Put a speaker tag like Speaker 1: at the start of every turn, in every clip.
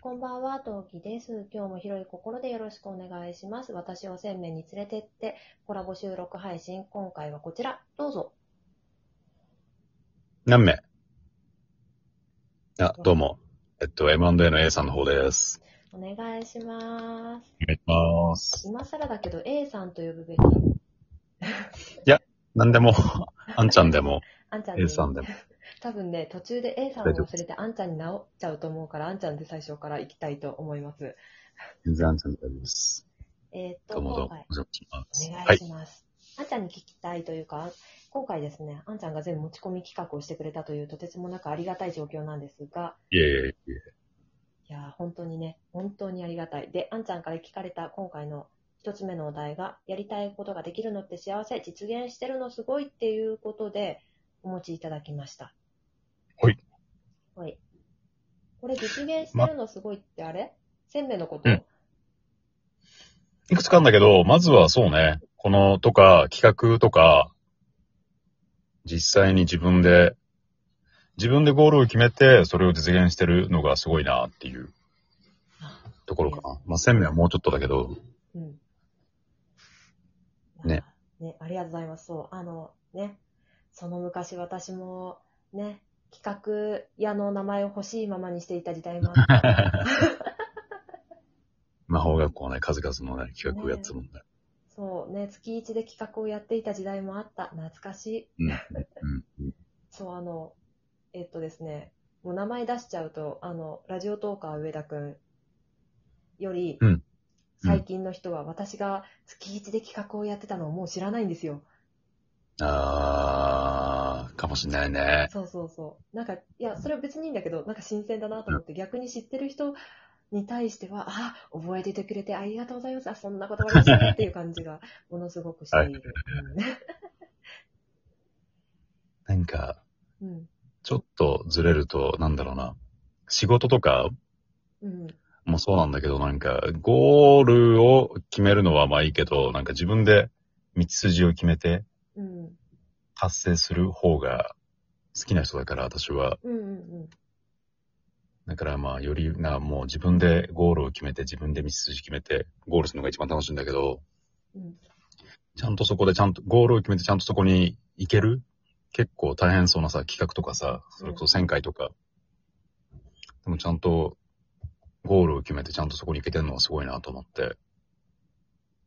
Speaker 1: こんばんは、トウキです。今日も広い心でよろしくお願いします。私を鮮明に連れてって、コラボ収録配信、今回はこちら、どうぞ。
Speaker 2: 何名あ、どうも。えっと、M&A の A さんの方です。
Speaker 1: お願いしま
Speaker 2: お願いします
Speaker 1: す。。今更だけど、A さんと呼ぶべき、
Speaker 2: 何でも、 あんちゃんでも、
Speaker 1: あんちゃん
Speaker 2: A さんでも。
Speaker 1: 多分ね、途中で A さんを忘れて、あんちゃんに直っちゃうと思うから、あんちゃんで最初から行きたいと思います。
Speaker 2: 全然あんちゃんで大丈夫です。
Speaker 1: えー、っ
Speaker 2: ど
Speaker 1: と、
Speaker 2: うもど
Speaker 1: 今
Speaker 2: うも
Speaker 1: 回。、
Speaker 2: お邪魔します。
Speaker 1: お
Speaker 2: は
Speaker 1: 願い
Speaker 2: い。
Speaker 1: します。あんちゃんに聞きたいというか、今回ですね、あんちゃんが全部持ち込み企画をしてくれたというとてつもなくありがたい状況なんですが、
Speaker 2: いえいえいえ。
Speaker 1: いやー、本当にね、本当にありがたい。で、あんちゃんから聞かれた今回の一つ目のお題が、やりたいことができるのって幸せ、実現してるのすごいっていうことで、お持ちいただきました。
Speaker 2: ほい。
Speaker 1: ほい。これ実現してるのすごいってあれ鮮明のこと、
Speaker 2: うんいくつかあんだけど、まずはそうね、このとか、企画とか、実際に自分で、自分でゴールを決めて、それを実現してるのがすごいなっていうところかな。まあ、鮮明はもうちょっとだけど、
Speaker 1: うん。
Speaker 2: ね。
Speaker 1: ね、ありがとうございます。そう、あの、ね、その昔私も、ね、企画屋の名前を欲しいままにしていた時代もあった。
Speaker 2: 魔法学校ね、数々のね、企画をやってるもんね。
Speaker 1: そうね、月一で企画をやっていた時代もあった。懐かしい。
Speaker 2: うん。うんうん。
Speaker 1: そう、あの、えっとですね、もう名前出しちゃうと、あの、ラジオトーカー上田くんより、
Speaker 2: うんうん
Speaker 1: 最近の人は私が月一で企画をやってたのをもう知らないんですよ。
Speaker 2: あー、かもしんないね。
Speaker 1: そうそうそう。なんか、いや、それは別にいいんだけど、なんか新鮮だなと思って、逆に知ってる人に対しては、あ、覚えててくれてありがとうございます。あ、そんなことありましたねっていう感じが、ものすごくしている。
Speaker 2: なんか、
Speaker 1: うん。うん
Speaker 2: ちょっとずれると、なんだろうな。仕事とか
Speaker 1: うん。
Speaker 2: もそうなんだけど、なんか、ゴールを決めるのはまあいいけど、なんか自分で道筋を決めて
Speaker 1: うん。
Speaker 2: 達成する方が好きな人だから、私は。
Speaker 1: うんうんうん。
Speaker 2: だからまあ、より、な、もう自分でゴールを決めて、自分で道筋決めて、ゴールするのが一番楽しいんだけど、
Speaker 1: うん
Speaker 2: ちゃんとそこでちゃんと、ゴールを決めてちゃんとそこに行ける結構大変そうなさ、企画とかさ、それこそ1000回とか。でもちゃんと、ゴールを決めてちゃんとそこに行けてるのはすごいなと思って。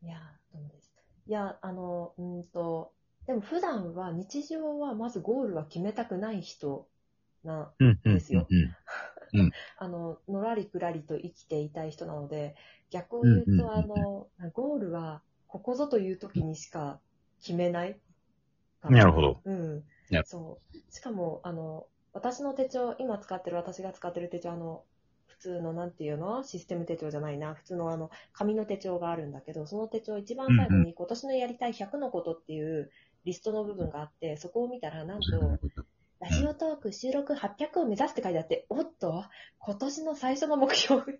Speaker 1: いやー、どうもです。いや、あの、うーんと、でも普段は、日常はまずゴールは決めたくない人な、
Speaker 2: うん、
Speaker 1: うんですよ
Speaker 2: うん。
Speaker 1: あの、のらりくらりと生きていたい人なので、逆を言うと、あ
Speaker 2: うんうん
Speaker 1: の、ゴールは、ここぞという時にしか決めない。
Speaker 2: なるほど。
Speaker 1: うん
Speaker 2: や。
Speaker 1: そう。しかも、あの、私の手帳、今使ってる、私が使ってる手帳、あの、普通の、なんていうのシステム手帳じゃないな。普通の、あの、紙の手帳があるんだけど、その手帳一番最後
Speaker 2: うん
Speaker 1: に、今年のやりたい100のことっていうリストの部分があって、そこを見たら、なんと、ラジオトーク収録800を目指すって書いてあって、おっと、今年の最初の目標、も う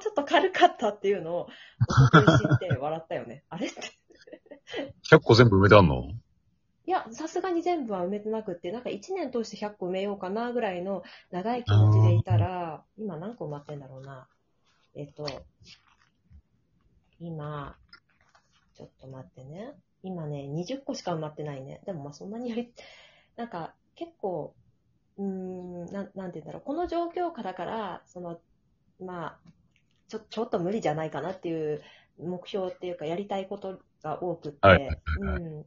Speaker 1: ちょっと軽かったっていうのを、おととい知って笑ったよね。あれって。
Speaker 2: 100個全部埋めてあんの
Speaker 1: いや、さすがに全部は埋めてなくって、なんか1年通して100個埋めようかなぐらいの長い気持ちでいたら、今何個埋まってんだろうな。えっと、今、ちょっと待ってね。今ね、20個しか埋まってないね。でもまあそんなにやり、なんか結構、うーん、なん、なんて言うんだろう。この状況下だから、その、まあ、ちょ、ちょっと無理じゃないかなっていう目標っていうか、やりたいことが多くって、
Speaker 2: はいはいは
Speaker 1: うん。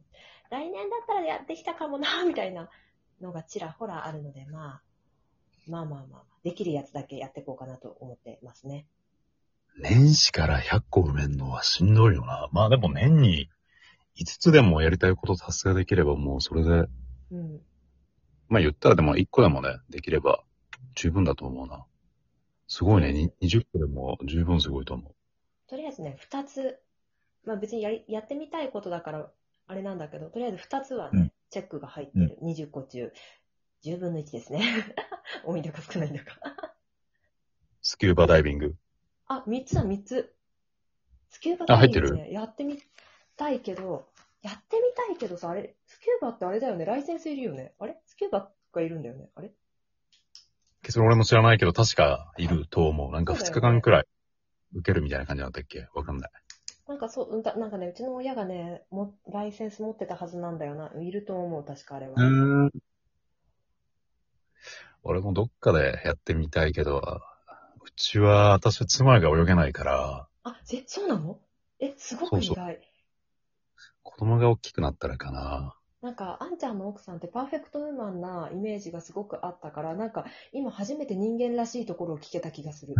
Speaker 1: 来年だったらやってきたかもな、みたいなのがちらほらあるので、まあ、まあまあまあ、できるやつだけやっていこうかなと思ってますね。
Speaker 2: 年始から100個埋めるのはしんどいよな。まあでも年に5つでもやりたいこと達成できればもうそれで、
Speaker 1: うん。
Speaker 2: まあ言ったらでも1個でもね、できれば十分だと思うな。すごいね。に20個でも十分すごいと思う。
Speaker 1: とりあえずね、二つ、まあ別にやりやってみたいことだから、あれなんだけど、とりあえず二つはね、
Speaker 2: うん
Speaker 1: チェックが入ってる。20個中、10分の1ですね。 多いんだか少ないんだか。
Speaker 2: スキューバダイビング。
Speaker 1: あ、3つは3つ。スキューバ
Speaker 2: あ入
Speaker 1: 大
Speaker 2: って
Speaker 1: 学
Speaker 2: る
Speaker 1: ね、やってみたいけど、やってみたいけどさ、あれ、スキューバってあれだよね、ライセンスいるよね。あれスキューバがいるんだよね。あれ
Speaker 2: それ俺も知らないけど、確かいると思う。なんか
Speaker 1: そうだ
Speaker 2: 2
Speaker 1: よね
Speaker 2: 日間くらい受けるみたいな感じだったっけわかんない。
Speaker 1: なんかそう、うんたなんかね、うちの親がね、も、ライセンス持ってたはずなんだよな。いると思う、確かあれは。
Speaker 2: ん。俺もどっかでやってみたいけど、うちは、私、妻が泳げないから、
Speaker 1: あ、え、そうなのえ、すご
Speaker 2: そう
Speaker 1: く意
Speaker 2: そう
Speaker 1: 外。
Speaker 2: 子供が大きくなったらか な。
Speaker 1: なんか、あんちゃんの奥さんってパーフェクトウーマンなイメージがすごくあったから、なんか、今初めて人間らしいところを聞けた気がする。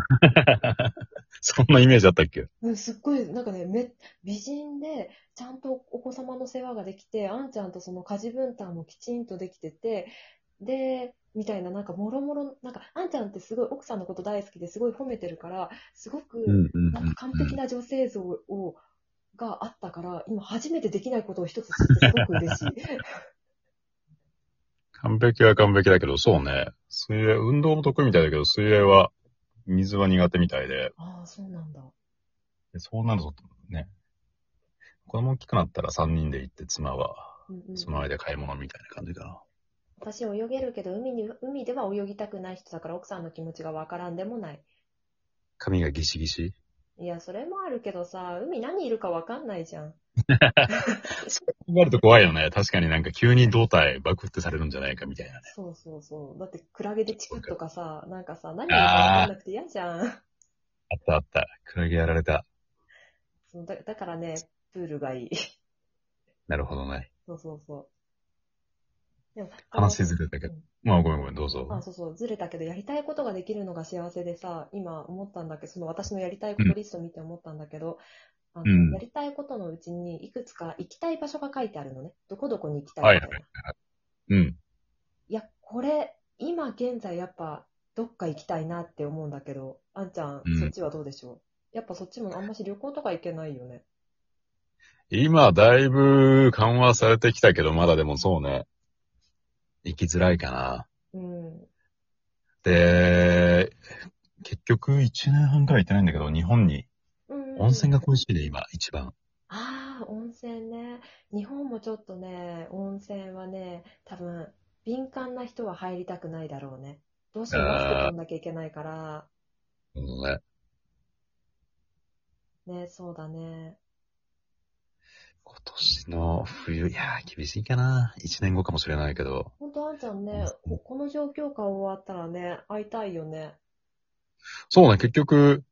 Speaker 2: そんなイメージだったっけ
Speaker 1: うん、すっごい、なんかね、め、美人で、ちゃんとお子様の世話ができて、あんちゃんとその家事分担もきちんとできてて、で、みたいな、なんか、もろもろ、なんか、あんちゃんってすごい奥さんのこと大好きですごい褒めてるから、すごく、
Speaker 2: うんうん
Speaker 1: なんか完璧な女性像を、があったから、今初めてできないことを一つ知ってすごく 嬉しい。
Speaker 2: 完璧は完璧だけど、そうね。水泳、運動も得意みたいだけど、水泳は、水は苦手みたいで、
Speaker 1: ああ、そうなんだ。
Speaker 2: でそうなるとね、子供大きくなったら3人で行って、妻は、
Speaker 1: うんうん、
Speaker 2: その間買い物みたいな感じかな。
Speaker 1: 私泳げるけど、海に、海では泳ぎたくない人だから、奥さんの気持ちがわからんでもない。
Speaker 2: 髪がギシギシ
Speaker 1: いや、それもあるけどさ、海何いるかわかんないじゃん。
Speaker 2: なると怖いよね。確かになんか急に胴体バクってされるんじゃないかみたいなね。
Speaker 1: そうそうそう。だって、クラゲでチクッとかさ、なんかさ、何いるかわかんなくて嫌じゃん。
Speaker 2: あったあった。クラゲやられた。
Speaker 1: そうだだからね、プールがいい。
Speaker 2: なるほどね。
Speaker 1: そうそうそう。でも
Speaker 2: 話ずれたけど。まあごめんごめん、どうぞ。
Speaker 1: あ、そうそう、ずれたけど、やりたいことができるのが幸せでさ、今思ったんだけど、その私のやりたいことリスト見て思ったんだけど、あの
Speaker 2: うん
Speaker 1: やりたいことのうちに、いくつか行きたい場所が書いてあるのね。どこどこに行きたいみたいな。
Speaker 2: はいうん。
Speaker 1: いや、これ、今現在やっぱ、どっか行きたいなって思うんだけど、あんちゃん、
Speaker 2: うん
Speaker 1: そっちはどうでしょうやっぱそっちもあんまし旅行とか行けないよね。
Speaker 2: 今、だいぶ緩和されてきたけど、まだでもそうね。行きづらいかな。
Speaker 1: うん。
Speaker 2: で、結局1年半くらい行ってないんだけど、日本に
Speaker 1: うん、
Speaker 2: 温泉が恋しいで、今、一番。
Speaker 1: ああ、温泉ね。日本もちょっとね、温泉はね、多分、敏感な人は入りたくないだろうね。どうしてもマスク取んなきゃいけないから、
Speaker 2: うんね、
Speaker 1: ね、そうだね。
Speaker 2: 今年の冬、いやー、厳しいかな。1年後かもしれないけど。
Speaker 1: ほんとあんちゃんね、この状況下終わったらね、会いたいよね。
Speaker 2: そうね、結局、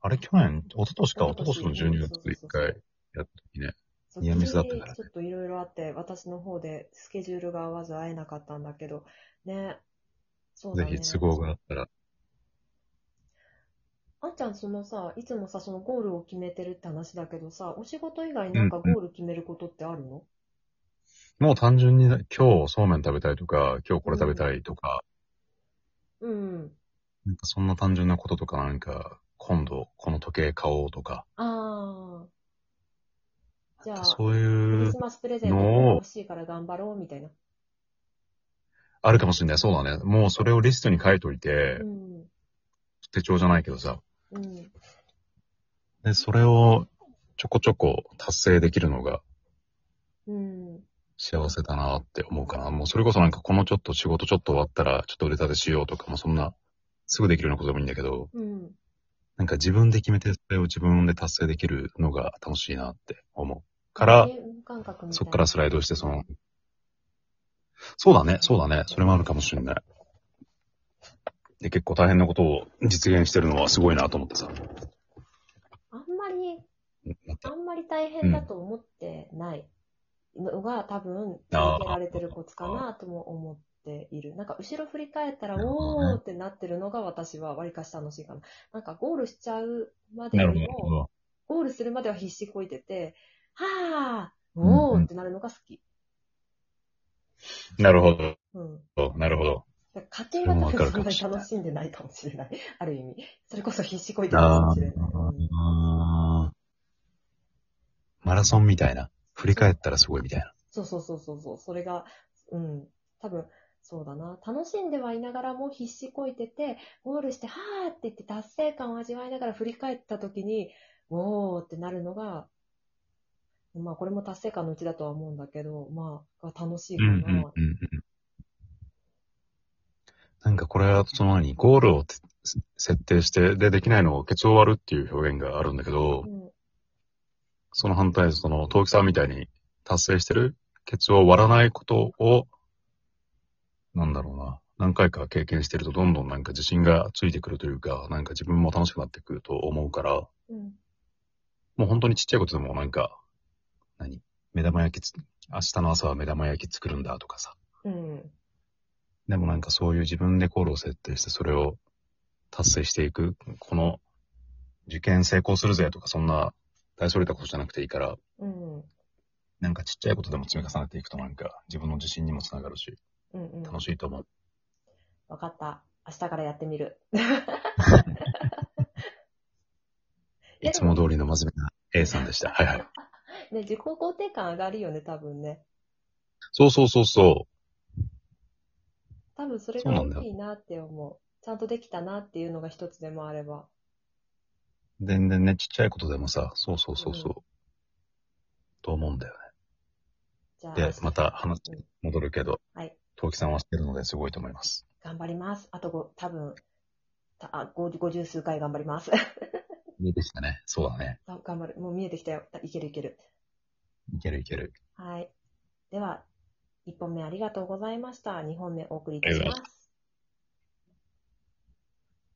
Speaker 2: あれ、去年、一昨年か、
Speaker 1: 一
Speaker 2: 一
Speaker 1: 昨
Speaker 2: 昨
Speaker 1: 年
Speaker 2: 年の12月1回やった時ね。ニアミスだったからね
Speaker 1: ちょっといろいろあって、私の方でスケジュールが合わず会えなかったんだけど、ね、そうだ
Speaker 2: ぜ
Speaker 1: ね。
Speaker 2: ひ都合があったら。
Speaker 1: あんちゃん、そのさ、いつもさ、そのゴールを決めてるって話だけどさ、お仕事以外なんかゴール決めることってあるの
Speaker 2: もう単純に、今日そうめん食べたいとか、今日これ食べたいとか、
Speaker 1: うん。
Speaker 2: なんかそんな単純なこととかなんか、今度この時計買おうとか、
Speaker 1: ああ。じゃあ、ク
Speaker 2: そうい
Speaker 1: リ
Speaker 2: う
Speaker 1: ス、マスプレゼントが欲しいから頑張ろうみたいな。
Speaker 2: あるかもしれない。そうだね。もうそれをリストに書いといて
Speaker 1: う、ん。
Speaker 2: 手帳じゃないけどさ。
Speaker 1: うん。
Speaker 2: で、それをちょこちょこ達成できるのが
Speaker 1: うん。
Speaker 2: 幸せだなって思うかな。もうそれこそなんかこのちょっと仕事ちょっと終わったら、ちょっと売れたてしようとか、もうそんな、すぐできるようなことでもいいんだけど、
Speaker 1: うん。
Speaker 2: なんか自分で決めて、それを自分で達成できるのが楽しいなって思う。から、
Speaker 1: ゲーム感覚みたいな
Speaker 2: そっからスライドして、その、そうだね、そうだね、それもあるかもしれない。で、結構大変なことを実現してるのはすごいなと思ってさ。
Speaker 1: あんまり、
Speaker 2: なんか
Speaker 1: あんまり大変だと思ってないのが多分、続けられてるコツかなとも思っている。なんか、後ろ振り返ったら、
Speaker 2: なるほ
Speaker 1: お
Speaker 2: どね
Speaker 1: ーってなってるのが私は割かし楽しいかな。なんか、ゴールしちゃうまで
Speaker 2: な
Speaker 1: よ
Speaker 2: る
Speaker 1: りも
Speaker 2: ほ、ど。
Speaker 1: ゴールするまでは必死こいてて、はあ、
Speaker 2: うんうん
Speaker 1: おーってなるのが好き。
Speaker 2: なるほ
Speaker 1: うん。
Speaker 2: ど。なるほど。
Speaker 1: だから家庭が多分そ
Speaker 2: それ
Speaker 1: ん
Speaker 2: もわかる
Speaker 1: な
Speaker 2: かも
Speaker 1: に
Speaker 2: しれない
Speaker 1: 楽しんでないかもしれない。ある意味。それこそ必死こいてるか
Speaker 2: あ
Speaker 1: もしれない。うん
Speaker 2: あマラソンみたいな。振り返ったらすごいみたいな。
Speaker 1: そうそうそうそうそう。それが、うん。多分、そうだな。楽しんではいながらも必死こいてて、ゴールして、はーって言って達成感を味わいながら振り返った時に、おーってなるのが、まあこれも達成感のうちだとは思うんだけど、まあ、が楽しいかな。
Speaker 2: うん。なんかこれは、その何、ゴールをて設定して、で、できないのをケツを割るっていう表現があるんだけど
Speaker 1: う、ん。
Speaker 2: その反対、その、陶器さんみたいに達成してるケツを割らないことを、なんだろうな、何回か経験してるとどんどんなんか自信がついてくるというか、なんか自分も楽しくなってくると思うから、
Speaker 1: うん。
Speaker 2: もう本当にちっちゃいことでもなんか、何目玉焼きつ、明日の朝は目玉焼き作るんだとかさ。
Speaker 1: うん。
Speaker 2: でもなんかそういう自分でゴールを設定してそれを達成していく、この受験成功するぜとかそんな大それたことじゃなくていいから、
Speaker 1: うん。
Speaker 2: なんかちっちゃいことでも積み重ねていくとなんか自分の自信にもつながるし、
Speaker 1: うん。うん。
Speaker 2: 楽しいと思う。
Speaker 1: わかった。明日からやってみる。
Speaker 2: いつも通りの真面目な A さんでした。はいはい。
Speaker 1: ね、自己肯定感上がるよね、多分ね。
Speaker 2: そうそうそうそ
Speaker 1: 多分それ
Speaker 2: そう
Speaker 1: が
Speaker 2: なんだよ
Speaker 1: いいなって思う。ちゃんとできたなっていうのが一つでもあれば。
Speaker 2: う。全然ね、ちっちゃいことでもさ、そうそうそうそう。と思うんだよ
Speaker 1: じゃあ、
Speaker 2: ね。で、また話に戻るけど、
Speaker 1: はい。
Speaker 2: 陶器さんはしてるのですごいと思います。
Speaker 1: 頑張ります。あとご、多分、たあ、50 50数回頑張ります。
Speaker 2: 見えてきたね。そうだね。
Speaker 1: あ頑張る。もう見えてきたよ。いけるいける。
Speaker 2: いけるいける。
Speaker 1: はい。では、1本目ありがとうございました。2本目お送りいたします。